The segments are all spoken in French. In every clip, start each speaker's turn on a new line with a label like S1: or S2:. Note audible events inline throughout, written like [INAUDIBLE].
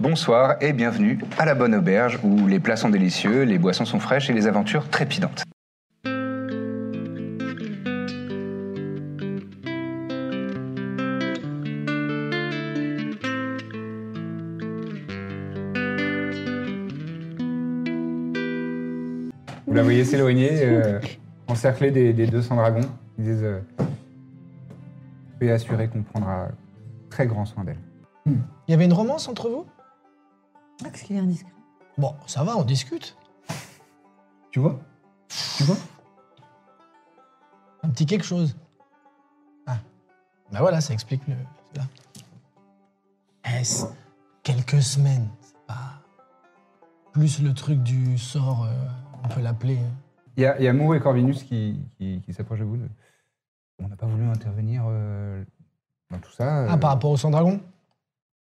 S1: Bonsoir et bienvenue à la Bonne Auberge où les plats sont délicieux, les boissons sont fraîches et les aventures trépidantes.
S2: Vous la voyez s'éloigner, euh, encerclée des, des 200 dragons. Ils disent euh, Je vais assurer qu'on prendra très grand soin d'elle.
S3: Il y avait une romance entre vous
S4: Ah, Qu'est-ce qu'il est indiscret.
S3: Bon, ça va, on discute.
S2: Tu vois Tu vois
S3: Un petit quelque chose. Ah. Ben voilà, ça explique le. Là. Est-ce quelques semaines C'est pas. Plus le truc du sort, euh, on peut l'appeler. euh.
S2: Il y a, il y a Mo et Corvinus qui, qui, qui s'approchent de vous. On n'a pas voulu intervenir euh, dans tout ça. euh.
S3: Ah, par rapport au sang dragon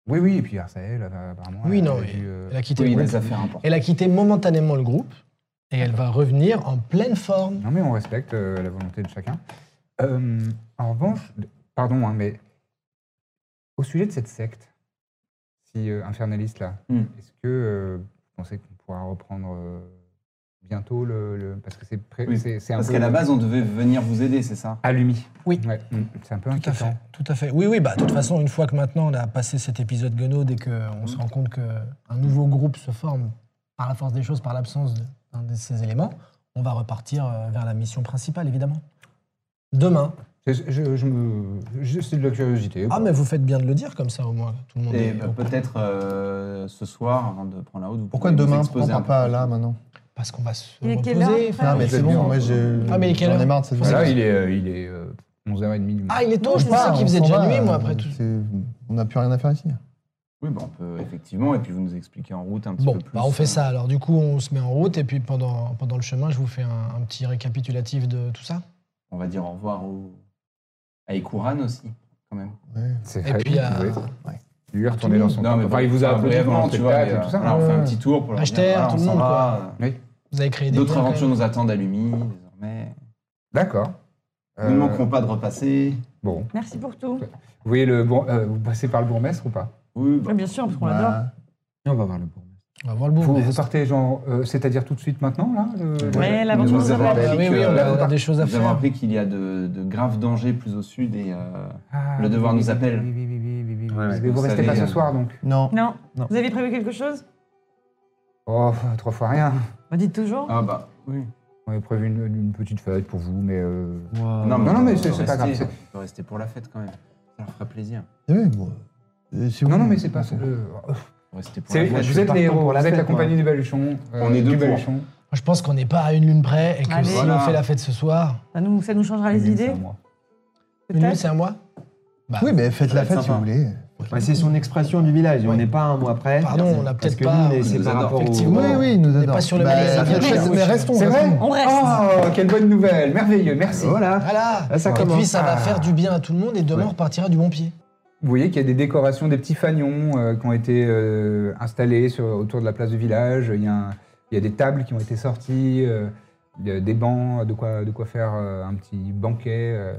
S2: Oui, oui, et puis Arsael, euh, apparemment.
S3: Oui,
S2: elle
S3: non,
S2: a
S3: mais
S2: dû, euh,
S3: elle a quitté
S2: oui,
S3: le
S2: des
S3: groupe.
S2: affaires importantes.
S3: Elle a quitté momentanément le groupe et elle va revenir en pleine forme.
S2: Non, mais on respecte euh, la volonté de chacun. Euh, en revanche, pardon, hein, mais au sujet de cette secte, si euh, infernaliste là,
S5: Hmm.
S2: est-ce que euh, vous pensez qu'on pourra reprendre euh, bientôt le, le- parce que c'est pré-
S5: Oui,
S2: c'est c'est un
S5: Parce
S2: peu
S5: qu'à la base, on devait venir vous aider, c'est ça
S2: allumi.
S3: Oui.
S2: Ouais, hmm, c'est un peu
S3: Tout à fait,
S2: inquiétant.
S3: tout à fait. Oui, oui, bah, de toute façon, une fois que maintenant on a passé cet épisode guenaud et qu'on se rend compte qu'un nouveau groupe se forme par la force des choses, par l'absence de- d'un de ces éléments, on va repartir euh, vers la mission principale, évidemment. Demain.
S2: Je, je- je me, je- c'est de la curiosité.
S3: Ah, mais vous faites bien de le dire comme ça, au moins. Tout le monde
S5: Et
S3: est
S5: bah,
S3: au-
S5: peut-être euh, ce soir, avant de prendre la route, vous
S6: Pourquoi
S5: pouvez vous
S6: demain
S5: exposer
S6: Pourquoi
S5: un peu.
S6: pas là maintenant
S3: Parce qu'on va se
S4: Il est
S3: reposer.
S4: quelle heure,
S3: enfin,
S6: Non, mais c'est bon, moi je-
S3: Ah, mais il est quelle
S6: j'en ai
S3: heure
S6: marre de cette
S3: Voilà,
S2: Là,
S6: journée.
S2: il est, euh, il est euh, 11h30 du matin.
S3: Ah, il est tôt,
S6: On
S3: je pensais
S6: part,
S3: qu'il
S6: on
S3: faisait
S6: s'en
S3: déjà
S6: va,
S3: nuit, moi,
S6: euh,
S3: après tout.
S6: c'est- On n'a plus rien à faire ici.
S5: Oui, bah, on peut effectivement, et puis vous nous expliquez en route un petit
S3: Bon,
S5: peu plus.
S3: bah, on fait
S5: euh,
S3: ça. Alors, du coup, on se met en route et puis pendant, pendant le chemin, je vous fais un- un petit récapitulatif de tout ça.
S5: On va dire au revoir au... à Ikouran aussi, quand même.
S6: Ouais.
S2: C'est
S3: Ah, Et
S2: vrai.
S3: puis, euh, à
S2: oui.
S6: ouais.
S2: Il est retourné dans son
S5: Non, mais
S2: enfin, il vous a
S5: pas
S2: applaudi
S5: brièvement,
S2: pendant le
S5: tu vois.
S2: spectacle
S5: mais,
S2: et tout ça.
S5: euh, voilà, on fait un
S3: Ouais.
S5: petit tour pour leur
S3: Acheter,
S5: dire, voilà,
S3: tout
S5: on
S3: le
S5: s'en
S3: monde,
S5: va, euh,
S3: Vous avez créé des
S5: D'autres
S3: liens, quand
S5: aventures
S3: même.
S5: nous attendent à Lumi, désormais.
S2: D'accord.
S5: Nous ne
S2: Euh,
S5: manquerons pas de repasser.
S2: Bon.
S4: Merci pour tout.
S2: Vous voyez le bour- euh, vous passez par le bourgmestre ou pas
S5: Oui, bah,
S4: Ouais, bien sûr, parce qu'on
S6: Bah,
S4: l'adore.
S2: On va voir le bourgmestre.
S3: On va voir le bout.
S2: Vous,
S3: mais-
S2: vous partez genre, euh, c'est-à-dire tout de suite maintenant là le-
S4: Ouais, l'aventure
S5: Nous
S4: nous
S5: avons
S2: bah
S4: attend.
S3: Ah oui,
S5: appris
S3: oui,
S5: que-
S3: on
S2: là,
S3: a,
S2: vous
S3: on a
S2: partez.
S3: des choses à
S5: Nous avons
S3: faire.
S5: appris qu'il y a de, de graves dangers plus au sud et euh,
S2: Ah,
S5: Le devoir
S2: oui,
S5: nous
S2: oui,
S5: appelle.
S2: Oui, oui, oui, oui, oui, oui.
S6: Ouais,
S2: Vous-
S5: vous
S2: vous restez
S5: savez,
S2: pas
S5: euh,
S2: ce soir donc.
S6: Non.
S4: Non.
S6: Non.
S4: Vous aviez prévu quelque chose
S2: Oh, trois fois rien.
S4: Bah, dites toujours.
S5: Ah bah, oui.
S2: On avait prévu une, une petite fête pour vous, mais euh,
S6: Non,
S2: non, mais
S5: on
S2: c'est-
S5: peut
S2: c'est pas
S5: rester-
S2: grave,
S5: On peut rester pour la fête quand même. Ça leur fera plaisir.
S6: Ouais, bon, euh, si vous-
S2: non, non, mais c'est pas. euh,
S5: On peut rester pour
S2: c'est-
S5: la fête.
S2: vous êtes
S6: partant
S2: les héros.
S6: pour la
S2: vous êtes la
S6: fête, moi.
S2: compagnie du Baluchon. euh,
S5: On est deux
S2: du
S5: pour.
S2: Baluchon.
S3: Je pense qu'on n'est pas à une lune près et que
S4: Allez.
S3: si
S5: Voilà.
S3: on fait la fête ce soir,
S4: Ça nous, ça nous changera les
S2: Une,
S4: idées,
S2: c'est à moi.
S3: une lune,
S4: peut-être.
S3: c'est un mois Bah,
S6: Oui, mais faites
S5: Ça
S6: la
S5: va être
S6: fête si
S5: sympa.
S6: vous voulez.
S7: Bah, c'est son expression du village, on n'est pas un mois près.
S3: Pardon, on n'a
S7: Parce
S3: peut-être
S7: que nous,
S3: pas.
S7: on est-
S3: on-
S7: c'est
S5: nous
S7: par
S5: adore.
S7: rapport au-
S3: Effectivement.
S6: Oui, oui, nous
S3: On n'est
S6: adorons.
S3: pas sur le
S6: Bah,
S3: même
S6: faites-
S3: épisode.
S6: mais restons.
S2: C'est
S6: restons.
S2: vrai
S4: On reste.
S2: Oh, quelle bonne nouvelle Merveilleux, merci.
S7: Voilà.
S3: Voilà
S7: Ah, ça
S3: Et
S7: commence.
S3: puis ça va
S2: Ah.
S3: faire du bien à tout le monde et demain
S2: Ouais.
S3: on repartira du bon pied.
S2: Vous voyez qu'il y a des décorations, des petits fanions euh, qui ont été euh, installés sur- autour de la place du village. Il y, a un- il y a des tables qui ont été sorties, euh, il y a des bancs, de quoi, de quoi faire euh, un petit banquet. euh,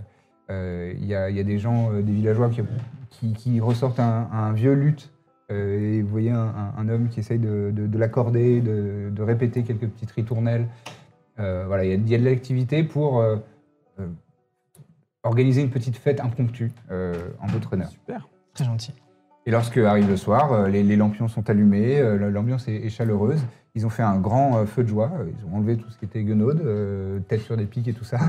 S2: euh, il, y a, il y a des gens, euh, des villageois qui, qui- qui ressortent un, un vieux luth. euh, et vous voyez un, un- un homme qui essaye de, de- de l'accorder, de, de répéter quelques petites ritournelles. Euh, voilà, il y a, il y a de l'activité pour euh, euh, organiser une petite fête impromptue euh, en votre honneur.
S3: Très gentil.
S2: Et lorsque arrive le soir, euh, les, les lampions sont allumés, euh, la- l'ambiance est, est chaleureuse. Ils ont fait un grand euh, feu de joie. Ils ont enlevé tout ce qui était guenaude, euh, tête sur des pics et tout ça.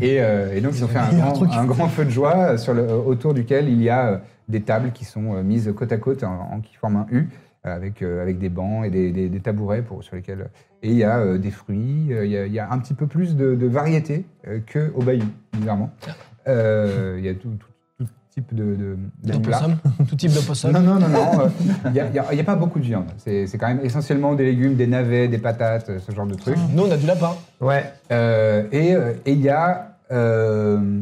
S2: Et, euh, et donc ils ont fait un
S3: meilleur
S2: grand,
S3: truc.
S2: un grand feu de joie euh, sur le- autour duquel il y a euh, des tables qui sont euh, mises côte à côte, en, en- qui forment un U, euh, avec, euh, avec des bancs et des, des- des tabourets pour, sur lesquels. Et il y a euh, des fruits, euh, il y a- il y, a un petit peu plus de, de variété euh, qu'au Bayou, bizarrement. Euh, Il y a tout, tout- tout type de, de- d'animal.
S3: D'opossum, tout type
S2: [LAUGHS]
S3: d'opossum.
S2: Non, non, non, non. Il n'y a, y a- y a pas beaucoup de viande. C'est c'est quand même essentiellement des légumes, des navets, des patates, euh, ce genre de trucs.
S3: Nous, on a du lapin.
S2: Ouais. Euh, et euh, et il y a euh,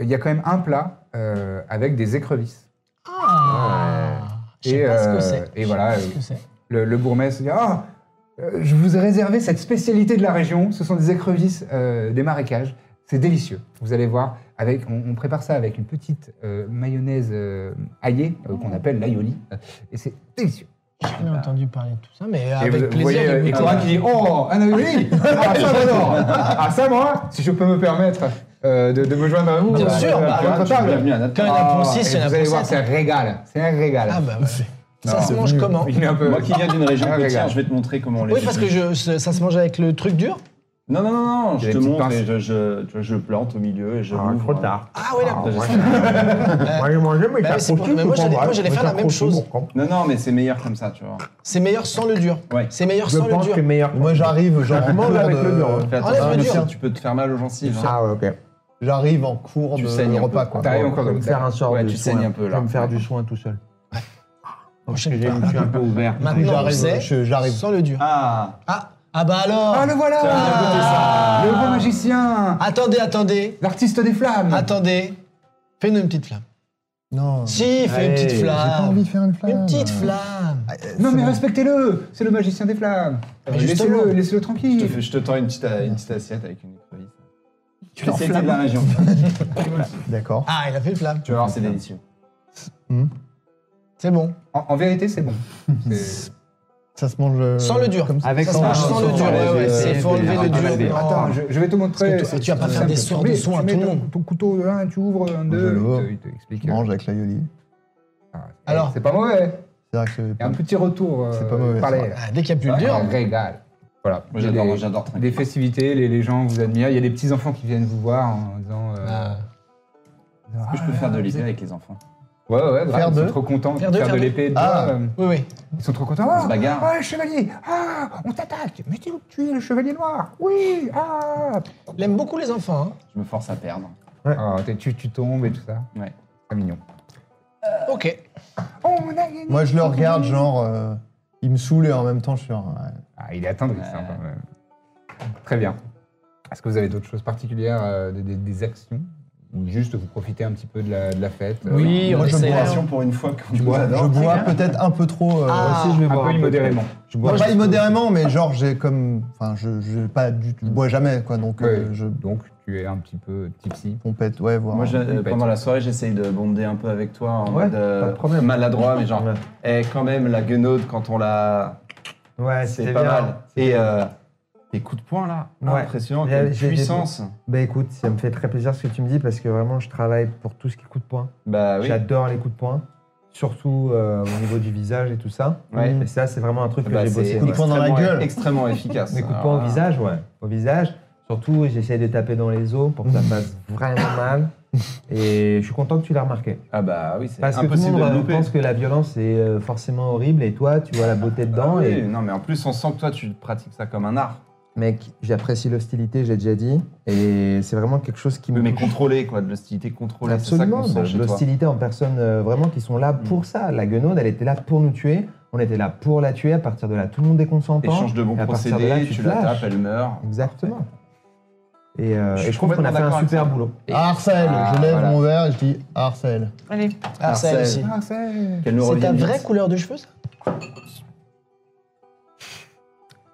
S2: il y a quand même un plat euh, avec des écrevisses.
S4: Ah.
S3: Je sais
S2: Et,
S3: pas ce
S2: euh,
S3: que c'est.
S2: et
S3: Je sais
S2: voilà,
S3: pas ce
S2: euh,
S3: que c'est.
S2: Le, le gourmet se dit Ah, euh, je vous ai réservé cette spécialité de la région. Ce sont des écrevisses euh, des marécages. C'est délicieux. Vous allez voir. Avec, on, on prépare ça avec une petite euh, mayonnaise euh, aillée euh,
S3: Oh.
S2: qu'on appelle l'aioli. Et c'est délicieux.
S3: J'ai jamais entendu parler de tout ça, mais
S2: Et
S3: avec
S2: vous, vous
S3: plaisir
S2: voyez
S3: de
S2: euh,
S3: goûter.
S2: Ikora qui dit Oh, un aioli Ah, ça, j'adore [LAUGHS] Ah, ça, moi, si je peux me permettre euh, de, de me joindre à vous.
S3: Bien
S2: euh,
S3: sûr,
S2: à
S3: bah,
S2: votre
S3: voilà, tu
S2: table.
S5: es bienvenu à notre
S3: Quand il y en
S2: Ah,
S3: a pour 6,
S2: et
S3: il y en a
S2: vous allez
S3: pour
S2: voir, c'est
S3: 7.
S2: un régal. C'est un régal.
S3: Ah bah ouais. Ça
S2: Non.
S3: se mange comment
S2: Il est un peu.
S5: Moi qui viens d'une région
S2: Ah,
S5: côtière,
S2: regarde.
S5: je vais te montrer comment on les
S3: Oui, parce que je- ça ça se mange avec le truc dur.
S5: Non, non, non, non,
S2: Il y
S5: je
S2: a
S5: te
S2: des petites
S5: montre
S2: pinces.
S5: et je, je, tu vois, je plante au milieu et je.
S6: Ah,
S5: l'ouvre.
S6: trop tard.
S3: Ah oui, d'accord.
S5: Je sais.
S6: Moi, j'ai mangé, mais
S3: Bah,
S6: t'as
S3: c'est pour-
S6: croqué,
S3: mais moi,
S6: je
S3: j'allais-
S6: comprends.
S3: moi, j'allais
S6: Mais
S3: faire la
S6: t'as
S3: même
S6: croqué,
S3: chose.
S6: je comprends.
S5: Non, non, mais c'est meilleur comme ça, tu vois.
S3: C'est meilleur sans le dur.
S5: Ouais.
S3: C'est meilleur
S7: Je
S3: sans le
S7: pense
S3: dur.
S7: que meilleur.
S6: Moi, j'arrive, genre, en
S7: mange
S6: cours
S7: avec le dur.
S6: de...
S5: Fais
S3: Enlève
S5: attention,
S3: le
S5: Lucien,
S3: Ah, dur.
S5: tu peux te faire mal aux gencives. hein.
S7: Ah ouais, ok.
S6: J'arrive en cours
S5: Tu saignes
S6: de
S5: un peu.
S6: repas, quoi.
S2: T'arrives encore
S7: Je vais
S2: comme
S7: me faire
S2: ça.
S7: un sort
S5: Ouais,
S7: de
S5: tu
S7: soin.
S5: saignes un peu, là.
S7: Je vais me faire du soin tout seul. Parce que
S3: Enchaîne
S7: j'ai
S3: pas.
S7: je suis un peu ouvert.
S3: Maintenant, on
S6: J'arrive,
S3: sait.
S6: je- j'arrive.
S3: Sans le dur.
S5: Ah,
S3: Ah, ah bah alors
S2: Ah, le voilà
S3: Ah.
S2: Le grand magicien
S3: Attendez, attendez,
S2: L'artiste des flammes
S3: attendez. Fais-nous une petite flamme.
S6: Non, j'ai
S3: Si, fais une
S7: Allez,
S3: petite
S7: j'ai pas
S6: pas
S3: flamme.
S6: envie de faire une flamme.
S3: Une petite flamme.
S2: Non, mais respectez-le C'est le magicien des flammes
S3: Mais justement.
S2: Laissez-le laissez-le
S5: je te,
S2: tranquille
S5: fais- je te tends une petite, euh, une petite assiette avec une écrevisse. Tu
S6: leur
S5: de la
S7: [LAUGHS]
S5: région.
S6: D'accord.
S3: Ah, il a fait une flamme.
S5: tu vas voir, c'est délicieux.
S3: C'est bon.
S2: En, en vérité, c'est bon. C'est-
S6: Ça se mange... euh,
S3: Sans le dur.
S6: Comme ça.
S7: Avec
S3: ça se
S7: son-
S3: mange sans le
S7: son-
S3: dur. Ouais,
S7: son-
S3: ouais, c'est faut enlever
S7: Ah,
S3: le
S7: bah,
S3: dur.
S7: bah,
S2: euh, Attends, je, je vais te montrer.
S3: Parce que tu- tu vas pas
S2: C'est
S3: faire des
S2: simple.
S3: sorts de
S2: Tu
S3: soins à
S2: mets
S3: tout le
S2: ton-
S3: monde.
S2: Ton couteau, là, tu ouvres un, deux,
S6: Je
S2: il
S6: l'ouvre.
S2: te, il te explique.
S6: Je mange avec l'aioli.
S2: Ah,
S3: Alors.
S2: C'est pas mauvais.
S6: C'est vrai que c'est
S2: Il y a un petit retour euh,
S6: C'est pas mauvais,
S2: par
S6: c'est
S2: l'air.
S3: Ah, dès qu'il n'y a plus le dur,
S2: Un régal. Voilà.
S5: Moi, j'adore,
S2: Il y a
S5: moi,
S2: des-
S5: j'adore
S2: Des
S5: tranquille.
S2: festivités, les, les gens vous admirent. Il y a des petits enfants qui viennent vous voir en disant. euh, Ah,
S3: Ah.
S5: Est-ce que je peux faire de l'épée avec les enfants
S2: Ouais, ouais, grave,
S6: Faire
S2: ils sont
S6: de-
S2: trop contents.
S3: Faire de- faire de-
S2: l'épée. de
S6: Ah.
S2: bois, euh,
S3: oui, oui.
S2: Ils sont trop contents.
S5: se
S2: Ah,
S5: bagarre.
S2: ah, le chevalier Ah, on t'attaque Mais tu, tu es le chevalier noir Oui Ah
S3: Il aime beaucoup les enfants. hein.
S5: Je me force à perdre.
S2: Ah, t'es- tu, tu tombes et tout ça.
S5: Ouais.
S2: C'est mignon.
S3: hein. Ok.
S2: On a gagné
S6: Moi, je le regarde, genre, euh, il me saoule et en même temps, je suis genre. ouais.
S2: Ah, il est attendri, ça, quand même. Très bien. Est-ce que vous avez d'autres choses particulières, euh, des, des- des actions Ou juste vous profitez un petit peu de la, de la fête euh,
S3: Oui, on
S6: Moi, je
S3: essaie.
S6: bois.
S5: Passion pour une fois que
S6: Je bois, je bois peut-être un peu trop. euh,
S3: Ah.
S7: Si, je vais
S2: Un
S7: boire
S2: peu immodérément.
S6: Je bois
S3: Moi,
S6: pas
S3: je-
S6: immodérément, mais genre, j'ai comme. Enfin, je, je, pas du tout- je bois jamais, quoi. Donc, euh,
S2: Ouais.
S6: je
S2: Donc, tu es un petit peu tipsy.
S6: pompette, ouais, voir.
S5: Moi, je- euh,
S2: Bête.
S5: pendant la soirée, j'essaye de bonder un peu avec toi en
S7: Ouais,
S5: mode euh,
S7: pas de problème.
S5: maladroit, mais
S7: [LAUGHS]
S5: genre,
S7: Ouais.
S5: eh, quand même, la guenaude, quand on la.
S7: Ouais,
S5: c'est
S7: Ah, c'était
S5: pas
S7: bien.
S5: mal. Et euh, les coups de poing, là,
S7: Ouais.
S5: impressionnant,
S7: Il y a-
S5: quelle
S7: j'ai des-
S5: puissance.
S7: Bah écoute, ça me fait très plaisir ce que tu me dis parce que vraiment, je travaille pour tout ce qui est coup de poing.
S5: Bah oui.
S7: J'adore les coups de poing, surtout euh, au niveau du visage et tout ça.
S5: Ouais.
S7: Et ça, c'est vraiment un truc que
S5: Bah,
S7: j'ai bossé.
S5: c'est
S6: Coup de poing dans la
S5: extrêmement-
S6: gueule.
S7: [LAUGHS]
S5: Extrêmement efficace. Ah.
S7: Des coups de
S5: Alors
S7: poing au
S5: là,
S7: visage, ouais. Au visage. Surtout, j'essaie de taper dans les os pour que ça
S5: [LAUGHS]
S7: fasse vraiment mal. Et je suis content que tu l'aies remarqué.
S5: Ah bah oui, c'est
S7: Parce que tout le
S5: impossible
S7: monde
S5: de le
S7: euh,
S5: louper.
S7: pense que la violence est euh, forcément horrible et toi, tu vois la beauté dedans.
S5: Ah oui,
S7: et...
S5: Non, mais en plus, on sent que toi, tu pratiques ça comme un art.
S7: Mec, j'apprécie l'hostilité, j'ai déjà dit. Et c'est vraiment quelque chose qui me.
S5: Mais
S7: touche.
S5: contrôlé, quoi, de l'hostilité contrôlée. C'est ça
S7: Absolument,
S5: qu'on sent
S7: de
S5: chez toi. Mm.
S7: l'hostilité en personne, euh, vraiment, qui sont là pour ça. La guenaude, elle était là pour nous tuer. On était là pour la tuer. À partir de là, tout le monde est consentant.
S5: Échange de bons
S7: Et à partir de
S5: procédés,
S7: là,
S5: tu,
S7: tu te
S5: la
S7: lâches.
S5: tapes, elle meurt.
S7: Exactement. Et, euh,
S5: Je
S7: et
S5: suis
S7: je trouve qu'on a fait
S5: complètement
S7: un
S5: d'accord
S7: super
S5: avec ça.
S7: boulot.
S6: Arcel,
S5: Ah,
S6: je lève
S5: voilà.
S6: mon verre et je dis Arcel.
S4: Allez,
S3: Arcel
S5: Arcel.
S3: aussi.
S2: Ah,
S7: Mm.
S2: c'est...
S5: Qu'elle nous
S3: C'est ta
S5: revienne
S3: vraie
S5: vite.
S3: couleur de cheveux, ça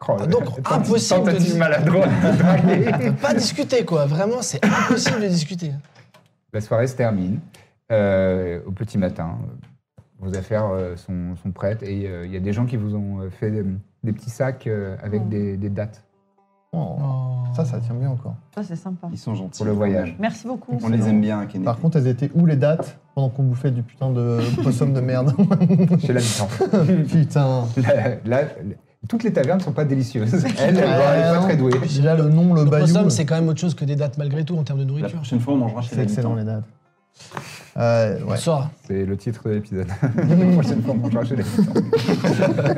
S2: Oh,
S3: Ah, Donc, impossible de-
S2: Tentative maladroite de draguer.
S3: Pas discuter, quoi. Vraiment, c'est impossible de discuter.
S2: [LAUGHS] La soirée se termine. Euh, au petit matin, euh, vos affaires euh, sont, sont prêtes et euh, il y a des gens qui vous ont euh, fait euh, des petits sacs euh, avec des, des dates
S6: Oh, Ça, ça tient bien encore.
S4: ça c'est sympa.
S5: Ils sont gentils.
S2: pour le voyage.
S4: Merci beaucoup.
S5: On les aime bien, Kennedy.
S6: Par contre, elles étaient où les dates pendant qu'on bouffait du putain de possum de merde [LAUGHS]
S2: Chez l'habitant.
S6: Putain.
S2: Là, là, toutes les tavernes ne sont pas délicieuses. Elle, elle,
S6: Ouais,
S2: elle est pas
S6: non.
S2: très douée.
S6: Euh, Déjà, le nom, le
S3: Le possum,
S6: bayou. euh.
S3: c'est quand même autre chose que des dates malgré tout en termes de
S5: La
S3: nourriture.
S5: prochaine fois, on mangera chez
S6: C'est
S5: les
S6: excellent,
S5: habitants.
S6: les dates. Euh, ouais.
S3: Sora.
S2: C'est le titre de l'épisode. La prochaine fois, on mangera chez l'habitant.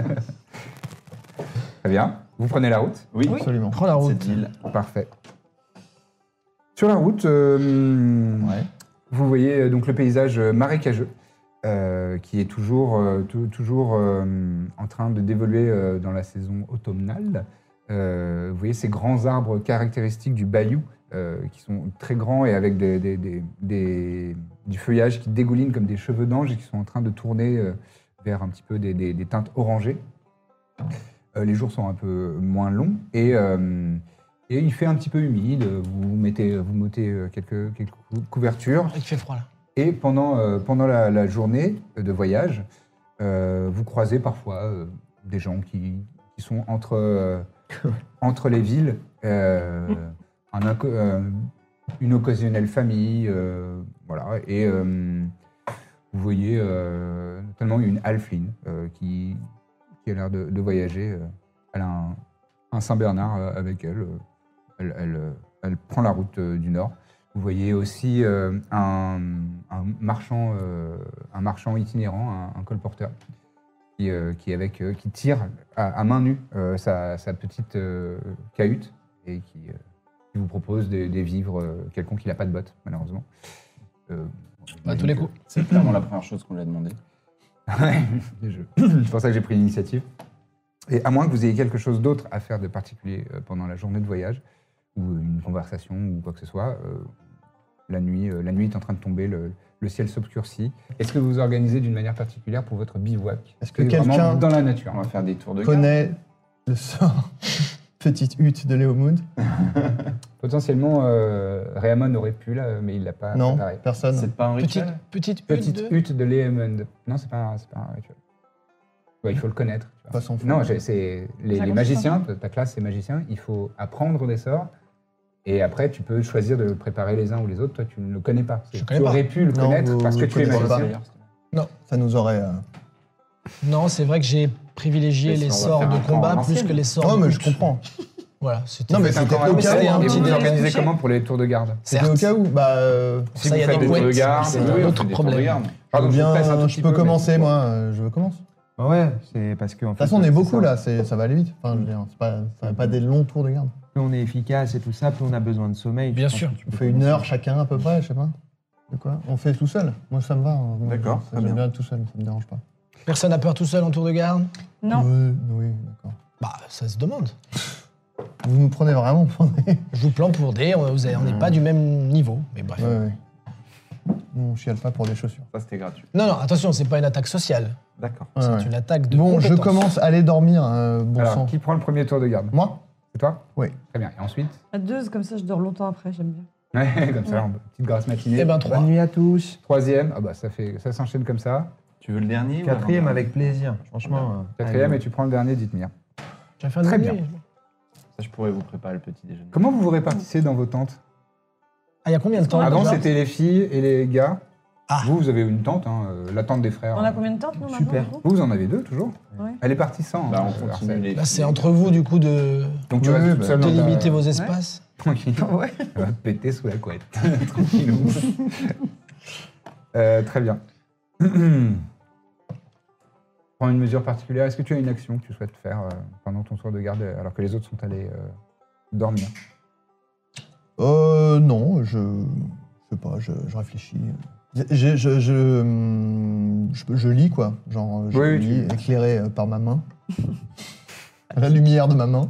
S2: Très bien. Vous prenez la route
S5: Oui,
S6: Absolument.
S3: Prends la route.
S5: cette île.
S2: Parfait. Sur la route, euh,
S6: Ouais.
S2: Vous voyez euh, donc le paysage euh, marécageux euh, qui est toujours, euh, tou- toujours euh, en train de d'évoluer euh, dans la saison automnale. Euh, vous voyez ces grands arbres caractéristiques du bayou euh, qui sont très grands et avec des, des- des- des- du feuillage qui dégouline comme des cheveux d'ange et qui sont en train de tourner euh, vers un petit peu des, des- des teintes orangées. Euh, les jours sont un peu moins longs et, euh, et il fait un petit peu humide. Vous mettez, vous mettez euh, quelques, quelques cou- couvertures.
S3: Il fait froid là.
S2: Et pendant, euh, pendant la, la journée de voyage, euh, vous croisez parfois euh, des gens qui, qui sont entre, euh, entre les villes, euh, un inco- euh, une occasionnelle famille, euh, voilà. Et euh, vous voyez euh, notamment une Alphine euh, qui, qui a l'air de, de voyager. euh. Elle a un, un Saint-Bernard euh, avec elle. euh. Elle, elle, euh, elle prend la route euh, du Nord. Vous voyez aussi euh, un, un marchand, euh, un marchand itinérant, un, un colporteur, qui, euh, qui est avec, euh, qui tire à, à main nue euh, sa, sa petite euh, cahute et qui, euh, qui vous propose des, des vivres euh, quelconques. Il n'a pas de bottes, malheureusement. Euh,
S3: À Bah, tous les coups.
S5: C'est clairement la première chose qu'on lui a demandé.
S2: Ouais, je- [CLEARS THROAT] c'est pour ça que j'ai pris l'initiative. Et à moins que vous ayez quelque chose d'autre à faire de particulier euh, pendant la journée de voyage, ou une conversation, ou quoi que ce soit, euh, la, nuit, euh, la nuit est en train de tomber, le, le ciel s'obscurcit. Est-ce que vous vous organisez d'une manière particulière pour votre bivouac
S6: Est-ce que
S2: C'est vraiment
S6: quelqu'un-
S2: dans la nature
S5: On va faire des tours de garde.
S6: Connais le sort [LAUGHS] Petite hutte de Léomund
S2: Potentiellement, euh, Réamon aurait pu, là, mais il l'a pas
S6: Non,
S2: préparé.
S7: Ah.
S6: personne.
S5: C'est pas un
S3: Petite,
S5: rituel
S3: petite, hutte
S2: Petite
S3: de-
S2: hutte de Léamond. Non, c'est pas, un- c'est pas un rituel. Ouais, il faut le connaître. tu vois.
S6: Pas son fond.
S2: Non, j'ai- c'est les,
S4: Ça
S2: les
S4: compte
S2: magiciens, ta- ta classe c'est magicien, il faut apprendre des sorts et après tu peux choisir de préparer les uns ou les autres. Toi tu ne le connais pas.
S3: Je
S2: tu
S3: connais pas.
S2: aurais pu le
S6: Non,
S2: connaître
S6: vous-
S2: parce que
S6: vous
S2: tu es
S6: connaissez
S2: magicien.
S5: D'ailleurs, c'était-
S6: Ça nous aurait. euh,
S3: Non, c'est vrai que j'ai privilégié
S5: Mais si
S3: les
S5: on va
S3: sorts
S5: faire
S3: de
S5: un camp à
S3: combat plus
S5: l'ancienne.
S3: que les sorts.
S6: Non,
S3: de
S6: mais je
S3: hutte.
S6: comprends.
S3: Voilà, c'était.
S6: Non, mais
S2: C'est
S6: c'était
S2: encore un
S6: au
S2: peu
S6: cas
S2: ça.
S6: où, hein.
S2: Et vous vous
S4: Petit
S2: organisez
S4: déjeuner.
S2: comment pour les tours de garde
S6: C'était au
S3: Certes.
S6: cas où, bah. euh,
S2: Si vous
S3: ça, il y a
S2: faites
S3: des
S2: des tours de
S3: couettes,
S2: garde, euh,
S3: c'est
S2: oui,
S3: un
S2: on fait
S3: autre
S2: des tours de
S3: problème.
S2: garde.
S6: je
S2: Pardon,
S6: veux
S2: je vous
S6: bien,
S2: presse un tout
S6: je
S2: petit
S6: peux
S2: peu, mais-
S6: commencer, moi. euh, Je commence. De
S7: Bah ouais, c'est parce qu'en
S6: toute façon, on est beaucoup
S7: ça.
S6: là, c'est- ça va aller vite. Enfin, je veux dire, c'est pas- ça va pas des longs tours de garde.
S7: Plus on est efficace et tout ça, plus on a besoin de sommeil.
S3: Bien
S7: Je pense
S3: sûr.
S7: que tu
S5: Mm.
S6: On
S7: peux
S6: fait une
S7: commencer.
S6: heure chacun à peu près, je sais pas. De quoi On fait tout seul. Moi, ça me va. hein. Moi,
S5: D'accord,
S6: ça-
S5: très
S6: J'aime
S5: bien.
S6: bien être tout seul, ça me dérange pas.
S3: Personne n'a peur tout seul en tour de garde
S4: Non.
S6: Oui, oui, d'accord.
S3: Bah, ça se demande.
S6: Vous me prenez vraiment pour des. [LAUGHS] Ouais,
S3: Je vous plante pour des, on vous avez- on n'est pas du même niveau, mais bref.
S6: ouais. Nous, on chiale pas pour des chaussures.
S5: Ça, c'était gratuit.
S3: Non, non, attention, c'est pas une attaque sociale,
S5: D'accord.
S6: Ouais,
S3: c'est
S6: ouais.
S3: une attaque de.
S6: Bon, je
S3: compétence.
S6: commence à aller dormir, euh, bon
S2: Alors,
S6: sang.
S2: qui prend le premier tour de garde
S6: Moi
S2: C'est toi
S6: Oui.
S2: Très bien. Et ensuite
S4: À deux, comme ça, je dors longtemps après, j'aime bien.
S2: Ouais, comme ça, en petite grasse matinée.
S3: Eh ben, trois.
S7: Bonne nuit à tous.
S2: Troisième, ah bah ça fait, ça s'enchaîne comme ça.
S5: Tu veux le dernier ou
S7: Quatrième
S5: l'avant-dernier
S7: avec plaisir, franchement. euh,
S2: Quatrième
S7: allez.
S2: et tu prends le dernier, dites-moi.
S3: Tu vas faire une
S2: Très
S3: nuit.
S2: bien.
S5: Ça, je pourrais vous préparer le petit déjeuner.
S2: Comment vous vous répartissez dans vos tentes
S3: Ah, il y a combien de temps
S2: Avant,
S3: déjà
S2: c'était les filles et les gars.
S3: Ah.
S2: Vous, vous avez une tente, hein, euh, la tente des frères.
S4: On a combien de temps, nous,
S7: Super.
S4: maintenant
S2: Vous, vous en avez deux, toujours
S4: Ouais.
S2: Elle est partie sans.
S5: Bah,
S2: hein,
S5: on
S2: euh,
S5: continue
S2: Arsène.
S5: les.
S3: Là, c'est entre vous, du coup, de
S2: Donc tu
S6: Oui,
S2: restes
S6: oui,
S2: toute
S6: bah,
S2: seule dans ta-
S3: délimiter vos espaces.
S6: [LAUGHS]
S2: Tranquille. Elle va péter sous la couette. [LAUGHS] Tranquillou. Euh, très bien. [CLEARS THROAT] Prends une mesure particulière. Est-ce que tu as une action que tu souhaites faire euh, pendant ton tour de garde euh, alors que les autres sont allés euh, dormir
S6: Euh, non, je. Je sais pas, je, je réfléchis. Je, je, je, hum, je, je lis, quoi. Genre, je
S2: Oui, oui,
S6: lis,
S2: tu-
S6: éclairé euh, par ma main. [LAUGHS] la lumière de ma main.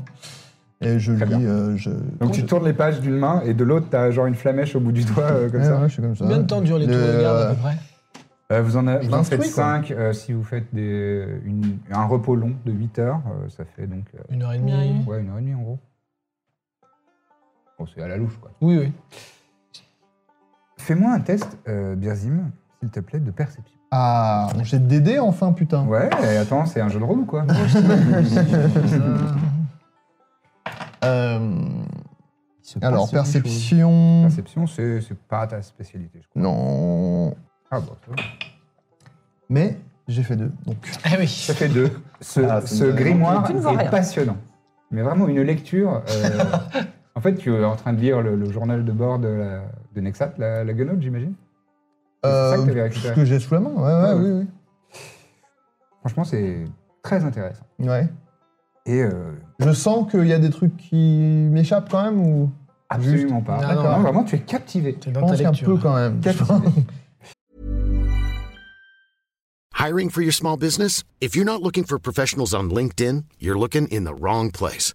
S6: Et je
S2: Très
S6: lis,
S2: bien.
S6: euh, je.
S2: Donc tu
S6: je-
S2: tournes les pages d'une main et de l'autre, tu as genre une flamèche au bout du doigt euh, comme
S6: Ouais,
S2: ça.
S6: ouais, je suis comme ça.
S3: Combien de temps durent les tours de
S6: Le-
S3: garde à peu près
S2: Euh, vous en, a-
S6: Je
S2: vous en
S6: m'instruis,
S2: faites
S6: quoi.
S2: 5 si vous faites des, une- un repos long de 8 heures. euh, ça fait donc euh,
S3: Une heure et
S4: Une heure et
S3: demie.
S6: Mmh.
S4: demie.
S2: ouais, une heure et demie en gros. Bon, c'est à la louche quoi.
S3: Oui, [LAUGHS] oui.
S2: Fais-moi un test, euh, Birzim, s'il te plaît, de perception.
S6: Ah, j'ai DD enfin, putain.
S2: Ouais, et attends, c'est un jeu de rôle ou quoi
S6: [LAUGHS] Euh,
S7: Il se passe
S3: Ah,
S6: alors,
S7: quelque chose.
S6: perception.
S2: Perception, Ah, c'est c'est pas ta spécialité, je crois.
S6: Non.
S2: Ah bon, ça va.
S6: Mais j'ai fait deux, donc.
S3: Ah oui.
S2: ça fait deux. Ce,
S5: Ah, c'est
S2: ce
S5: une-
S2: grimoire
S4: Tu ne vois
S2: est
S4: rien.
S2: passionnant. Mais vraiment, une lecture...
S4: [LAUGHS]
S2: euh, en fait, tu es en train de lire le, le journal de bord de, la, de Nexat, la, la guenote, j'imagine C'est ça que t'avais
S6: Euh,
S2: récupéré. Ah,
S6: ce que j'ai sous la main, ouais,
S2: Ouais,
S6: ouais,
S2: ouais.
S6: oui,
S2: Franchement, c'est très intéressant.
S6: oui. Ouais.
S2: Et euh,
S6: Je sens qu'il y a des trucs qui m'échappent quand même ou
S2: Absolument pas. Non,
S3: Non,
S6: non.
S2: vraiment, tu es captivé.
S3: C'est
S6: Je
S3: dans ta
S6: pense qu'un
S3: lecture.
S6: peu quand même.
S2: Captivé.
S8: Hiring for your small business? If you're not looking for professionals on LinkedIn, you're looking in the wrong place.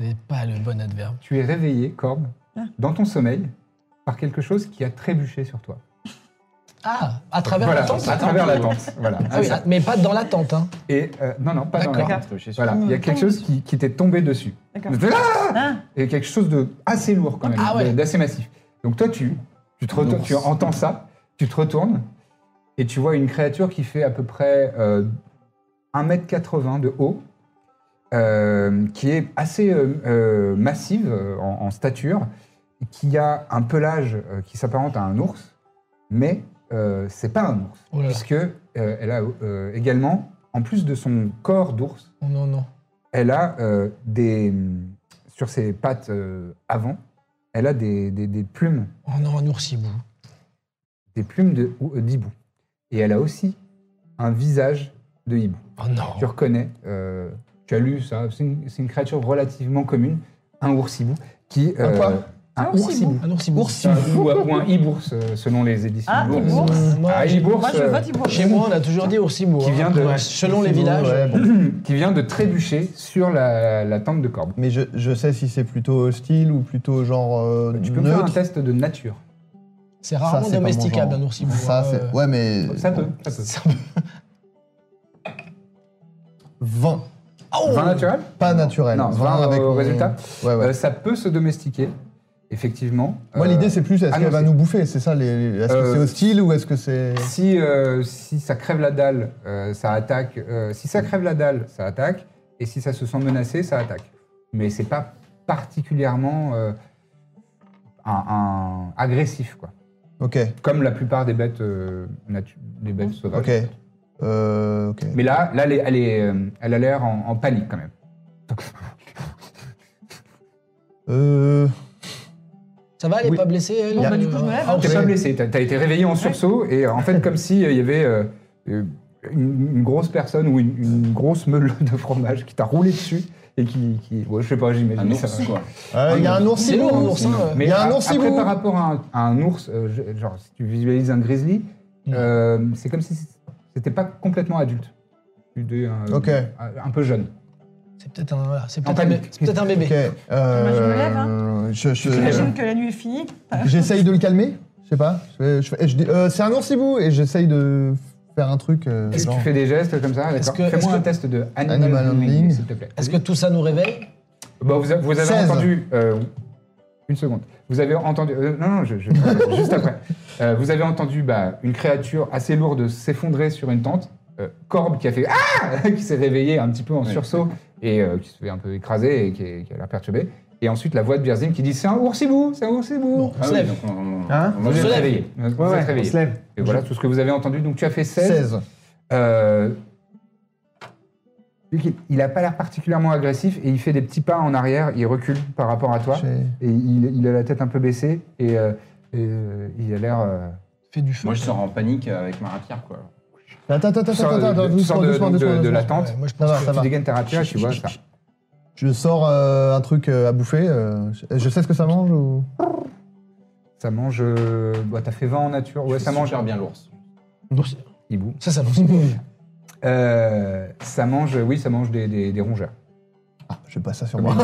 S3: C'est pas le bon adverbe.
S2: tu es réveillé, Corbe,
S4: Ah.
S2: dans ton sommeil, par quelque chose qui a trébuché sur toi.
S3: Ah, à travers
S2: voilà,
S3: la tente
S2: à travers la tente. Voilà.
S3: Ah oui, ah, mais pas dans la tente. Hein.
S2: Et euh, non, non, pas dans la
S3: D'accord.
S2: tente.
S5: Trébuché sur
S2: Voilà, il y a
S4: Mmh.
S2: quelque chose qui, qui t'est tombé dessus.
S4: D'accord.
S2: Ah
S4: Ah,
S2: Et quelque chose de assez lourd quand même,
S3: Ah ouais.
S2: de- d'assez massif. Donc toi, tu, tu te retournes,
S5: Lourd.
S2: tu entends ça, tu te retournes et tu vois une créature qui fait à peu près euh, 1m80 de haut, euh, qui est assez euh, euh, massive euh, en, en stature, qui a un pelage euh, qui s'apparente à un ours, mais euh, c'est pas un ours,
S3: Oh là là.
S2: puisque euh, elle a euh, également, en plus de son corps d'ours,
S3: Oh non, non.
S2: elle a euh, des sur ses pattes euh, avant, elle a des, des- des plumes,
S3: Oh non, un oursibou.
S2: des plumes de ou- euh, d'hibou. Et elle a aussi un visage de hibou.
S3: Oh non.
S2: Tu reconnais, euh, tu as lu ça, c'est une, c'est une créature relativement commune, un ours hibou qui euh,
S3: Un quoi
S2: un
S4: Un ours
S2: ours-hibou.
S3: Un oursibou.
S2: ou, ou un hibourse euh, selon les éditions.
S4: Ah,
S2: Bourse.
S4: hibourse.
S3: Moi,
S2: Ah,
S3: j'ai-
S2: hibourse,
S4: Moi, je
S2: euh,
S4: vote Ibourg.
S3: Chez moi, on a toujours dit oursibou.
S2: Qui
S3: hein.
S2: vient de-
S3: Ouais, selon les
S6: Sinon,
S2: Ah,
S3: villages.
S6: ouais, bon.
S2: [COUGHS] qui vient de trébucher sur la, la tente de corbe.
S6: Mais je, je sais si c'est plutôt hostile ou plutôt genre euh,
S2: Tu peux me faire un
S6: neutre.
S2: test de nature.
S3: C'est
S6: Ça,
S3: rarement
S6: c'est pas mon
S3: domesticable,
S6: genre.
S3: un oursibou.
S6: Ça,
S3: hein,
S6: c'est...
S3: euh,
S6: Ouais, mais...
S2: Ça peut, ça peut.
S3: ça peut-
S6: 20.
S3: Oh
S2: Vin naturel
S6: Pas naturel.
S2: Ah, Non,
S6: 20
S2: vingt
S6: avec
S2: au
S6: mon-
S2: résultat.
S6: Ouais, ouais.
S2: Euh, ça peut se domestiquer, effectivement.
S6: Moi,
S2: Euh,
S6: l'idée, c'est plus est-ce
S2: ah non,
S6: qu'elle va
S2: c'est-
S6: nous bouffer C'est ça, les... les- est-ce que
S2: Euh,
S6: c'est hostile ou est-ce que c'est...
S2: Si, euh, si ça crève la dalle, euh, ça attaque. Euh, si ça crève la dalle, ça attaque. Et si ça se sent menacé, ça attaque. Mais c'est pas particulièrement euh, un, un- agressif, quoi.
S6: Ok,
S2: Comme la plupart des bêtes, euh, natu- des bêtes sauvages.
S6: ok. Euh, ok.
S2: Mais là, là, elle, est- elle est, euh, elle a l'air en, en panique quand même.
S6: Euh...
S3: Ça va, elle est
S2: Oui.
S3: pas blessée, elle
S4: Bon,
S3: euh,
S4: bah, du coup, je me lève.
S3: ah,
S2: T'es
S3: oui.
S2: pas blessé, t'as t'as été réveillé en sursaut et euh, en fait comme si euh, il y avait euh, euh, une, une grosse personne ou une, une grosse meule de fromage qui t'a roulé dessus et qui, qui- ouais, je sais pas, j'imagine.
S5: Un
S2: mais ça
S5: ours,
S2: va.
S5: quoi.
S6: Ah, Il y a un ours hein.
S3: C'est lourd, un oursin. euh.
S2: Mais
S6: Il y a un
S2: a-
S6: ours
S2: après
S6: hibou.
S2: par rapport à un, à un ours, euh, je- genre si tu visualises un grizzly,
S6: Mm.
S2: euh, c'est comme si c'était pas complètement adulte, Tu dis, euh,
S6: Ok.
S2: un peu jeune.
S3: C'est peut-être un, voilà, c'est
S2: En
S3: peut-être un, bé-
S2: panique.
S3: c'est peut-être un bébé.
S6: Ok. euh,
S4: Moi, Ah, bah, je me lève, hein.
S6: je- je-
S4: J'imagine que la nuit est finie.
S6: J'essaye de le calmer. Je sais pas. Je, fais- je fais- je dis, euh, c'est un oursibou et j'essaye de faire un truc. euh,
S2: Est-ce que
S6: genre-
S2: tu fais des gestes comme ça
S3: Est-ce
S2: D'accord.
S3: que- est-ce
S2: Fais-moi
S3: que-
S2: un test de animal,
S6: Animal
S2: handling,
S6: handling.
S2: s'il te plaît.
S3: Est-ce que tout ça nous réveille
S2: Bah, vous, a- vous avez
S6: 16.
S2: entendu. euh, une seconde. Vous avez entendu. euh, non, non, je, [LAUGHS] je- juste après. Euh, vous avez entendu bah, une créature assez lourde s'effondrer sur une tente. Euh, Corbe qui a fait Ah [LAUGHS] qui s'est réveillé un petit peu en
S5: Ouais.
S2: sursaut et euh, qui se fait un peu écraser et qui, est- qui a l'air perturbé. Et ensuite la voix de Birzim qui dit C'est un oursibou, c'est un oursibou.
S3: Bon, on
S5: Ah
S3: se
S5: oui,
S3: lève.
S5: donc on- on-
S7: Hein
S5: on-
S2: Vous
S3: se
S2: êtes
S3: lève.
S2: réveillé. Vous êtes
S7: on
S2: réveillé.
S7: se lève.
S2: Et voilà tout ce que vous avez entendu. Donc tu as fait 16.
S6: 16.
S2: Euh, lui qui- il n'a pas l'air particulièrement agressif et il fait des petits pas en arrière, il recule par rapport à toi
S6: J'ai-
S2: et il, il a la tête un peu baissée et, euh, et, euh, il a l'air. euh,
S3: Fait du feu.
S5: Moi, je sors en panique avec ma rapière, quoi.
S6: Attends, attends,
S2: Tu sors
S6: attends,
S2: de-
S6: attends,
S2: tu sors
S6: doucement,
S2: de-
S6: doucement,
S2: donc de-
S6: doucement,
S2: de la
S6: doucement.
S2: tente.
S3: Ouais, moi, je
S6: Ça
S3: pense
S7: Ah,
S6: va,
S3: que-
S6: ça
S2: tu
S6: va.
S2: dégaines ta rapière, tu vois ça.
S6: Je sors euh, un truc euh, à bouffer. euh, je- je sais ce que ça mange ou.
S2: Ça mange. euh, bah, T'as fait 20 en nature. Ouais,
S5: Je
S2: ça
S5: suis
S2: mange.
S5: super bien l'ours.
S2: Hibou.
S3: Ça, ça lance. Moi,
S2: Euh, ça mange, oui, ça mange des, des- des rongeurs.
S6: Ah, je pas ça sur moi.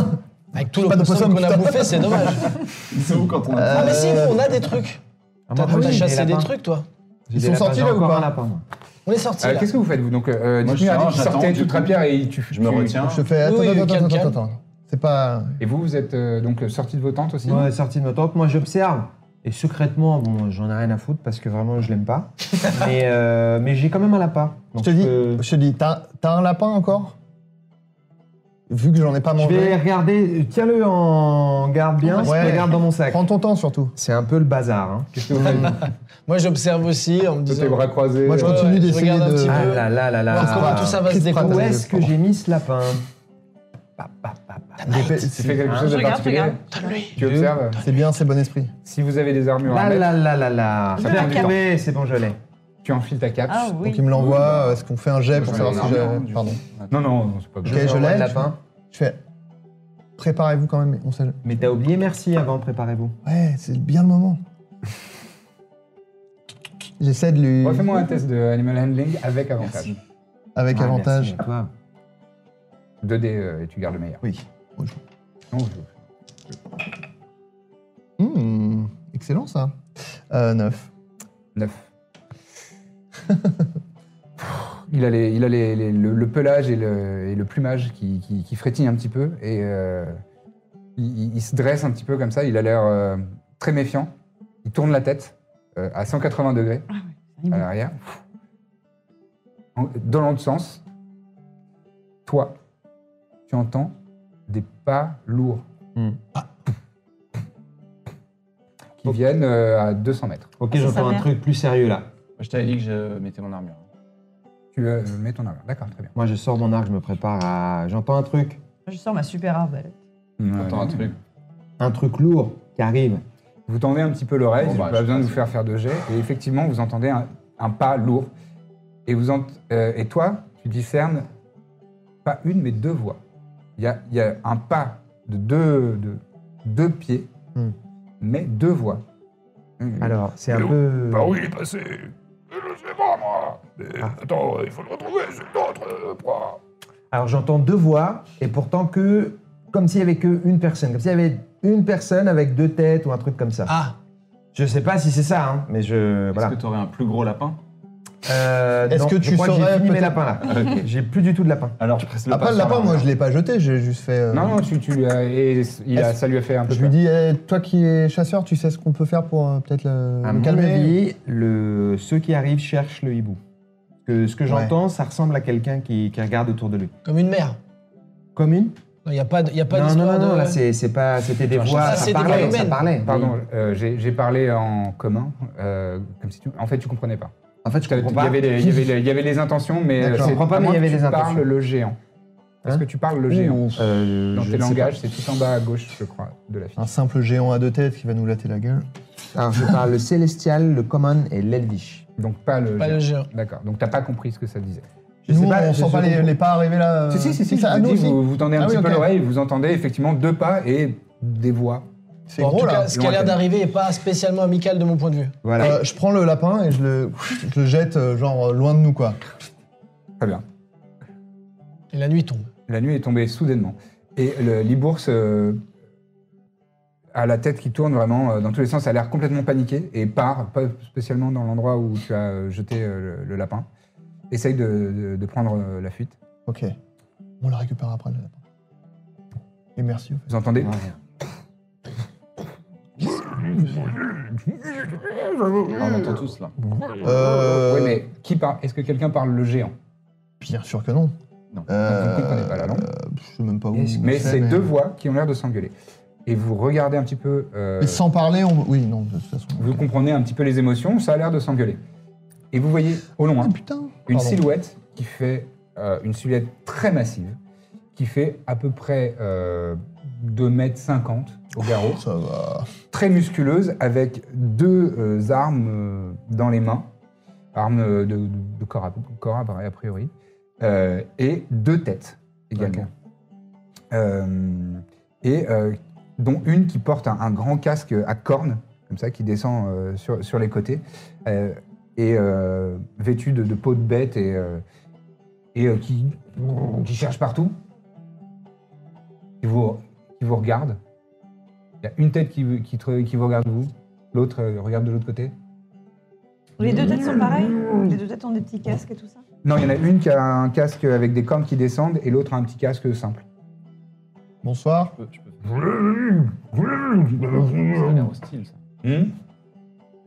S3: Avec tout le
S6: Pas de
S3: poisson
S6: poisson,
S3: qu'on a
S6: putain.
S3: bouffé, c'est dommage.
S5: [LAUGHS] C'est où quand on
S6: a-
S7: Euh,
S3: Ah, mais si, nous, on a des trucs. T'as
S7: Ah,
S6: Ah
S7: oui,
S3: t'as
S7: j'ai
S3: chassé
S7: des
S3: des
S7: lapins.
S3: trucs, toi.
S7: J'ai
S6: Ils
S7: des
S6: sont
S7: lapins,
S6: sortis,
S7: j'ai
S6: là, ou
S7: encore
S6: pas
S7: un lapin, moi.
S3: On est sortis.
S2: Euh,
S3: là.
S2: Qu'est-ce que vous faites vous Donc, euh,
S5: Moi, je
S2: dites-nous,
S5: sors,
S2: Harry, tu
S5: j'attends,
S2: sortais
S5: du
S2: toute
S5: coup.
S2: rapière et il- tu.
S5: Je me
S2: tu-
S5: retiens.
S6: [LAUGHS] Je fais. Attends,
S3: Oui,
S6: attends,
S3: calme,
S6: attends,
S3: calme.
S6: attends, attends. C'est pas.
S2: Et vous, vous êtes euh, donc sorti de vos tentes aussi
S7: Moi, sorti de ma tente, moi j'observe. Et secrètement, bon, j'en ai rien à foutre parce que vraiment je l'aime pas. mais euh, mais j'ai quand même un lapin.
S6: Je
S7: Donc,
S6: te dis,
S7: euh,
S6: je te dis, t'as t'as un lapin encore vu que j'en ai pas
S7: Je
S6: mangé.
S7: vais regarder, tiens-le en garde bien,
S6: Ouais.
S7: je regarde dans mon sac.
S6: Prends ton temps surtout.
S7: C'est un peu le bazar. hein.
S2: Qu'est-ce que [LAUGHS] vous faites
S3: Moi, j'observe aussi en me
S2: Tous
S3: disant.
S2: tes bras croisés.
S6: Moi, je
S2: euh,
S6: continue
S3: ouais, je
S6: d'essayer
S3: regarde un
S6: de-
S3: petit
S7: Ah
S3: peu.
S7: là là là là.
S3: Voir
S6: Ah.
S3: comment tout ça va se
S6: Chris Pratt,
S3: découper.
S7: Où est-ce que j'ai mis ce lapin Pa, pa, pa, pa.
S2: Tu fais quelque chose de
S4: Je Ah, regarde, je
S2: particulier
S4: regarde.
S2: Tu observes
S6: C'est bien, c'est bon esprit.
S2: Si vous avez des armures à
S7: Là
S2: mettre,
S7: là là là là.
S4: Ça prend du
S7: Mais c'est bon, je l'ai.
S2: tu enfiles ta cape.
S4: Ah oui.
S6: Donc il me l'envoie, euh, est-ce qu'on fait un jet
S1: Moi,
S6: pour
S1: je vais
S6: savoir si
S1: aller en armure, hein,
S6: j'ai...
S1: du
S6: Pardon.
S2: Non, non, non, c'est pas
S6: Ok,
S2: grave.
S7: Je
S6: je
S7: vois
S6: l'ai.
S7: le
S6: je-
S7: lapin.
S6: Je fais... Préparez-vous quand même, on sait...
S7: Mais t'as oublié merci avant, préparez-vous.
S6: Ouais, c'est bien le moment. J'essaie de lui...
S2: Refais-moi un test de animal handling avec avantage.
S6: Avec
S7: Ah,
S6: avantage.
S7: merci à toi.
S2: 2D euh, et tu gardes le meilleur.
S6: Oui.
S2: Non, je-
S6: Hmm, excellent ça. Euh, 9.
S2: Neuf. il a, les- il a les- les- le, le pelage et le, et le plumage qui, qui- qui frétille un petit peu et euh, il, il- il se dresse un petit peu comme ça. Il a l'air euh, très méfiant. Il tourne la tête euh, à 180 degrés
S4: Ah
S2: à l'arrière. En- Dans l'autre sens, toi, tu entends des pas lourds
S7: Hmm.
S2: qui viennent euh, à 200 mètres.
S7: Ok,
S4: Ah, c'est
S7: j'entends
S4: sa
S7: un
S4: mère.
S7: truc plus sérieux là.
S5: Moi, je t'avais dit que je mettais mon armure.
S2: Tu euh, mets ton armure. D'accord, très bien.
S7: Moi, je sors mon arc, je me prépare à. J'entends un truc.
S4: Je sors ma super arbalète.
S5: J'entends un truc.
S7: Un truc lourd qui arrive.
S2: Vous tendez un petit peu l'oreille,
S5: Bon,
S2: j'ai
S5: bah,
S2: pas
S5: je
S2: besoin de
S5: passe.
S2: vous faire faire de jet. Et effectivement, vous entendez un, un pas lourd. Et, vous ent- euh, et toi, tu discernes pas une, mais deux voix. Il y a, il y a un pas de deux, de deux pieds,
S6: Hmm.
S2: mais deux voix. Hum.
S7: Alors, c'est un peu.
S2: Bah,
S9: Par où Ah, il est passé Je sais pas, moi. Mais
S6: Ah.
S9: attends, il faut le retrouver, c'est notre proie.
S7: Alors, j'entends deux voix, et pourtant que. Comme s'il y avait que une personne. Comme s'il y avait une personne avec deux têtes ou un truc comme ça.
S3: Ah,
S7: Je sais pas si c'est ça, hein, mais je. Voilà.
S5: Est-ce que t'aurais un plus gros lapin
S7: Euh,
S6: Est-ce
S7: non,
S6: que
S7: je
S6: tu
S7: crois que
S6: saurais
S7: J'ai fini mes
S6: peut-être-
S7: lapins
S6: [LAUGHS]
S7: là. J'ai plus du tout de lapin.
S5: Alors, je presse le
S6: Après le lapin, moi je l'ai pas jeté, j'ai juste fait... euh,
S2: Non, non, tu, tu lui as- et il a,
S6: Est-ce-
S2: ça lui a fait un peu
S6: Je lui
S2: peur.
S6: dis, eh, toi qui es chasseur, tu sais ce qu'on peut faire pour euh, peut-être le,
S7: À
S6: le
S7: mon
S6: calmer
S7: avis, le... ceux qui arrivent cherchent le hibou. Parce Que ce que
S6: Ouais.
S7: j'entends, ça ressemble à quelqu'un qui... qui regarde autour de lui.
S3: comme une mère.
S7: Comme une
S3: Il n'y a pas, de- y a pas
S7: non, non,
S3: d'histoire
S7: non,
S3: de.
S7: non, là, c'est c'est pas, c'était des
S5: Attends,
S7: voix, ça,
S3: ça, c'est des voix
S7: parlait, ça
S3: humaines.
S7: parlait.
S2: Pardon, euh, j'ai j'ai parlé en commun, euh, comme si tu... En fait, tu comprenais pas.
S7: En fait, je
S2: T'avais-
S7: comprends
S2: Il y,
S7: pas.
S2: avait les, il y avait les- il y avait les intentions, mais euh,
S7: D'accord.
S2: c'est-
S7: Je comprends pas,
S2: à
S7: mais
S2: moins
S7: il y
S2: que
S7: avait
S2: tu
S7: les intentions.
S2: parles le géant. Est-ce
S7: Hein
S2: que tu parles le géant
S7: Euh,
S2: Dans
S7: je
S2: tes
S7: ne sais
S2: langages, c'est tout en bas à gauche, je crois, de la
S6: Un
S2: fiche.
S6: simple géant à deux têtes qui va nous latter la gueule.
S7: pas. [LAUGHS] Alors, je parle le célestial, le common et l'elvish.
S2: Donc pas le
S3: Pas le
S2: géant.
S3: géant.
S2: D'accord. Donc t'as pas compris ce que ça disait.
S7: Je
S6: Nous,
S7: sais pas,
S6: on
S7: je
S6: sent pas
S7: sais
S6: les,
S7: pas.
S6: les pas arriver
S7: Euh,
S6: là. euh,
S2: si, si, si, si,
S6: ça,
S2: je
S6: à
S2: vous
S6: nous
S2: dis,
S6: aussi.
S2: vous, vous tendez un
S6: Ah oui,
S2: petit peu
S6: ok.
S2: l'oreille, vous entendez effectivement deux pas et des voix.
S6: C'est
S3: Bon, en
S6: gros
S3: tout
S6: là.
S3: cas, ce qui a l'air
S2: lointaine.
S3: d'arriver n'est pas spécialement amical de mon point de vue.
S7: Voilà.
S6: Euh, je prends le lapin et je le, je le jette euh, genre euh, loin de nous quoi.
S2: Très bien.
S3: Et la nuit tombe.
S2: La nuit est tombée soudainement. Et le Libourse euh, a la tête qui tourne vraiment euh, dans tous les sens, a l'air complètement paniqué et part, pas spécialement dans l'endroit où tu as euh, jeté euh, le, le lapin. Essaye de, de- de prendre euh, la fuite.
S6: Ok. On le récupère après le lapin. Et merci. au fait.
S2: Vous entendez
S5: On entend tous, là.
S6: Euh,
S2: Oui, mais qui parle Est-ce que quelqu'un parle le géant
S6: Bien sûr que non.
S5: Non.
S6: Euh,
S2: Vous comprenez pas la langue.
S6: euh, je sais même pas où.
S7: Est-ce-
S2: Mais c'est deux
S6: voix.
S2: voix qui ont l'air de s'engueuler. Et vous regardez un petit peu. euh,
S6: Et sans parler, on. Oui, non, de toute façon.
S2: vous comprenez un petit peu les émotions, ça a l'air de s'engueuler. Et vous voyez au
S6: Ah
S2: loin
S6: putain.
S2: une
S6: Pardon.
S2: silhouette qui fait. euh, une silhouette très massive, qui fait à peu près euh, 2,50 m au garrot,
S6: Ça va.
S2: très musculeuse, avec deux euh, armes euh, dans les mains, armes euh, de, de- de corps, à, corps à- a priori, euh, et deux têtes également. Euh, et euh, dont une qui porte un, un grand casque à cornes, comme ça, qui descend euh, sur, sur les côtés, euh, et euh, vêtue de, de peau de bête et, euh, et euh, qui, qui cherche partout, qui vous, qui vous regarde. Il y a une tête qui, vous- qui, te- qui vous regarde, vous, l'autre euh, regarde de l'autre côté.
S4: Les deux têtes sont pareilles Les deux têtes ont des petits casques et tout ça
S2: Non, il y en a une qui a un casque avec des cornes qui descendent et l'autre a un petit casque simple.
S6: Bonsoir.
S5: Je peux- je peux- Ça a
S9: Mmh.
S5: l'air hostile, ça.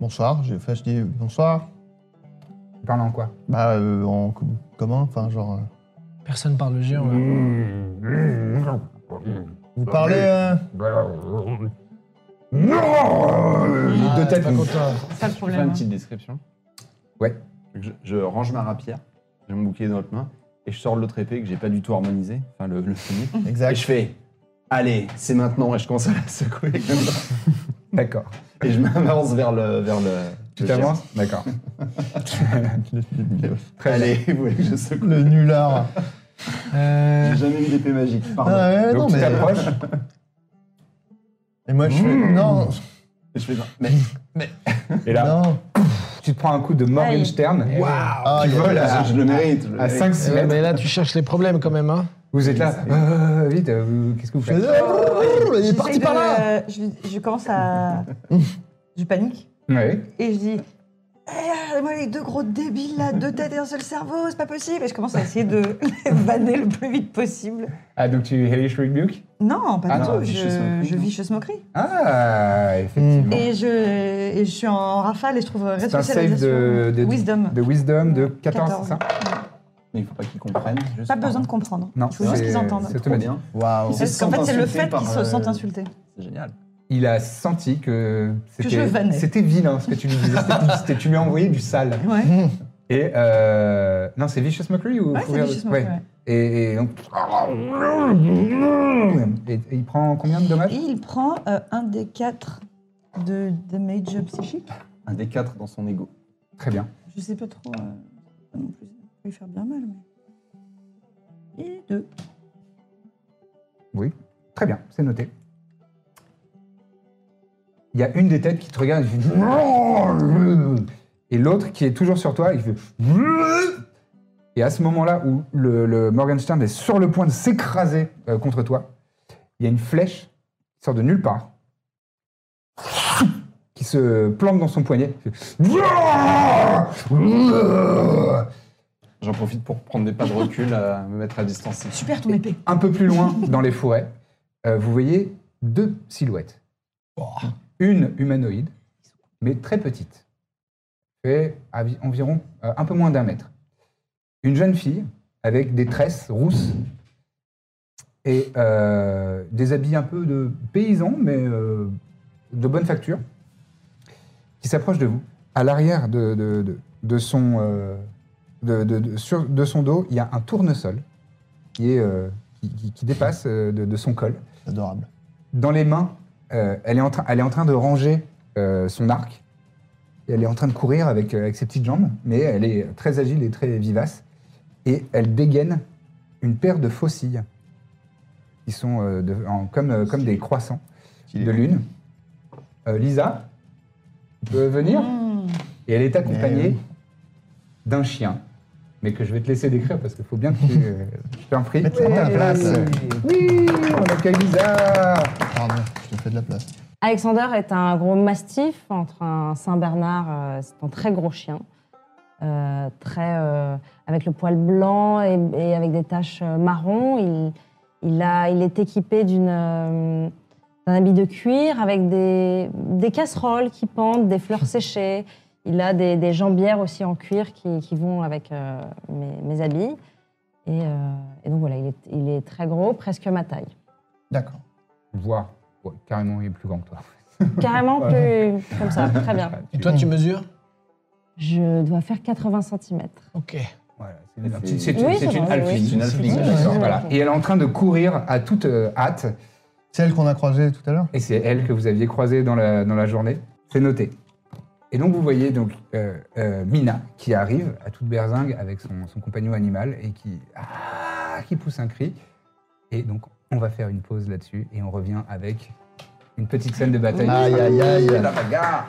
S6: Bonsoir. J'ai fait, je dis bonsoir.
S2: Tu parles en quoi
S6: Bah, euh, en co- commun, enfin, genre. euh,
S3: Personne parle le géant. là.
S6: Vous parlez euh,
S9: Non
S3: Ah,
S6: de tête
S3: pas
S6: vous-
S3: content.
S4: C'est ça le
S5: Je fais
S4: problème. hein.
S5: une petite description.
S2: Ouais.
S5: Je, je range ma rapière, j'ai mon bouclier dans l'autre main, et je sors l'autre épée que j'ai pas du tout harmonisé, enfin le, le premier. Et
S6: Exact.
S5: je fais Allez, c'est maintenant, et je commence à la secouer comme ça.
S2: D'accord.
S5: Et je m'avance vers le. Vers le
S2: Tu
S5: le géant.
S2: t'avances D'accord.
S5: Allez, [LAUGHS] vous voulez que je secoue
S6: Le nulard.
S3: [LAUGHS] Euh,
S5: J'ai jamais eu d'épée magique, pardon.
S6: Ah ouais, non,
S2: Donc tu
S6: mais-
S2: t'approches.
S6: Et moi, je fais.
S3: hmm.
S6: Non,
S5: Et je fais non, mais
S2: Et là,
S6: non.
S2: tu te prends un coup de Morgenstern.
S6: Ah,
S2: Tu
S6: il y a-
S2: voles à,
S5: je, je le mérite.
S6: Eh
S5: je le
S2: à
S5: mérite.
S2: 5-6
S3: ouais,
S2: mètres.
S3: mais là, tu cherches les problèmes quand même. Hein.
S2: Vous êtes là. euh, vite, euh, vous- qu'est-ce que vous
S6: Eh Je fais,
S2: faites
S6: Ah, Il est
S4: J'essaye
S6: parti
S4: de-
S6: par là.
S4: euh, je, je commence
S7: [LAUGHS]
S4: à. je panique.
S2: Oui.
S4: Et je dis. Eh, moi, les deux gros débiles là, deux têtes et un seul cerveau, c'est pas possible. Et je commence à essayer de les vanner le plus vite possible.
S2: Ah, donc tu Hellish Rebuke
S4: Non, pas
S2: Ah
S4: du
S2: non,
S4: tout.
S5: vicieuse
S4: Je,
S5: moquerie,
S4: je
S5: non.
S4: vicious moquerie.
S2: Ah, effectivement.
S4: Et je, et je suis en rafale et je trouve
S2: C'est un save
S4: responsabilisation.
S2: de, de-
S4: Wisdom.
S2: de Wisdom de 14, c'est
S4: 14.
S2: ça
S5: Mais il faut pas qu'ils comprennent. juste
S4: Pas
S5: par-
S4: besoin de comprendre.
S2: Non,
S4: il faut juste
S2: c'est-
S4: qu'ils entendent.
S2: c'est-
S5: Trop bien.
S6: Waouh.
S5: Ils se
S4: Parce qu'en
S5: sentent
S4: fait, c'est le
S5: insultés
S4: fait
S5: par,
S4: qu'ils se
S5: euh,
S4: sentent insultés.
S5: C'est génial.
S2: Il a senti que
S4: je le
S2: c'était
S4: vannais.
S2: c'était vilain ce que tu lui disais. C'était- c'était- tu lui as envoyé du sale.
S4: Ouais.
S2: Et euh, non, c'est Vicious Mockery ou
S4: Ouais,
S2: faut
S4: c'est
S2: regarder-
S4: vicieusement.
S2: ouais.
S4: ouais.
S2: Et, et donc. Et- et il prend combien de
S4: Et
S2: dommages
S4: il prend euh, un des quatre de damage psychique.
S5: Un des quatre dans son ego.
S2: Très bien.
S4: Je sais pas trop. euh, pas non plus. Ça peut lui faire bien mal. Mais... Et deux.
S2: Très bien, c'est noté. Il y a une des têtes qui te regarde et qui fait et l'autre qui est toujours sur toi et qui fait et à ce moment-là où le, le Morgenstern est sur le point de s'écraser euh, contre toi, il y a une flèche qui sort de nulle part qui se plante dans son poignet.
S5: J'en profite pour prendre des pas de recul, euh, me mettre à distance.
S4: Super ton épée.
S2: Un peu plus loin dans les forêts, euh, vous voyez deux silhouettes. Une humanoïde, mais très petite. Fait avi- environ euh, un peu moins d'un mètre. Une jeune fille avec des tresses rousses et euh, des habits un peu de paysan, mais euh, de bonne facture, qui s'approche de vous. À l'arrière de, de- de- de son, euh, de, de- de- sur- de son dos, il y a un tournesol qui, est, euh, qui, qui- qui dépasse euh, de, de son col.
S6: Adorable.
S2: Dans les mains, euh, elle, est en train, elle est en train de ranger euh, son arc. Et elle est en train de courir avec, euh, avec ses petites jambes, mais elle est très agile et très vivace. Et elle dégaine une paire de faucilles qui sont euh, de- en- comme, euh, comme des croissants de lune. Euh, Lisa peut venir
S10: Mm.
S2: et elle est accompagnée d'un chien, mais que je vais te laisser décrire parce qu'il faut bien que tu. euh, je t'en prie, prends ta place. Oui, on accueille Lisa.
S6: Pardon, Ah, je te fais de la place.
S10: Alexander est un gros mastif entre un Saint-Bernard, euh, c'est un très gros chien, euh, très, euh, avec le poil blanc et, et avec des taches euh, marron. Il, il, a, il est équipé d'une, euh, d'un habit de cuir avec des, des casseroles qui pendent, des fleurs séchées. Il a des, des jambières aussi en cuir qui, qui vont avec euh, mes, mes habits. Et, euh, et donc voilà, il est, il est très gros, presque ma taille.
S6: D'accord.
S2: Voir, Ouais, carrément, il est plus grand que toi.
S10: Carrément plus comme ça, très bien.
S3: Et toi, tu mesures
S10: Je dois faire 80 cm.
S3: Ok.
S2: Voilà, c'est une-
S5: C'est-
S2: c'est une,
S10: Oui,
S2: c'est
S10: ça
S2: une
S10: va,
S2: alpine.
S10: oui.
S5: C'est une alpine,
S2: Ouais,
S5: d'accord.
S2: ouais, voilà.
S10: ouais.
S2: Et elle est en train de courir à toute euh, hâte.
S6: Celle qu'on a croisée tout à l'heure
S2: Et c'est elle que vous aviez croisée dans la, dans la journée. C'est noté. Et donc vous voyez donc euh, euh, Mina qui arrive à toute berzingue avec son, son compagnon animal et qui, ah, qui pousse un cri. Et donc on va faire une pause là-dessus et on revient avec une petite scène de bataille.
S6: Aïe, aïe, aïe.
S2: La bagarre.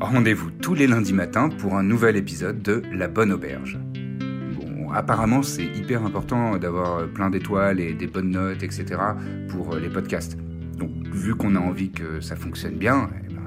S2: Rendez-vous tous les lundis matins pour un nouvel épisode de La Bonne Auberge. Bon, apparemment, c'est hyper important d'avoir plein d'étoiles et des bonnes notes, etc. pour les podcasts. Donc, vu qu'on a envie que ça fonctionne bien, eh ben,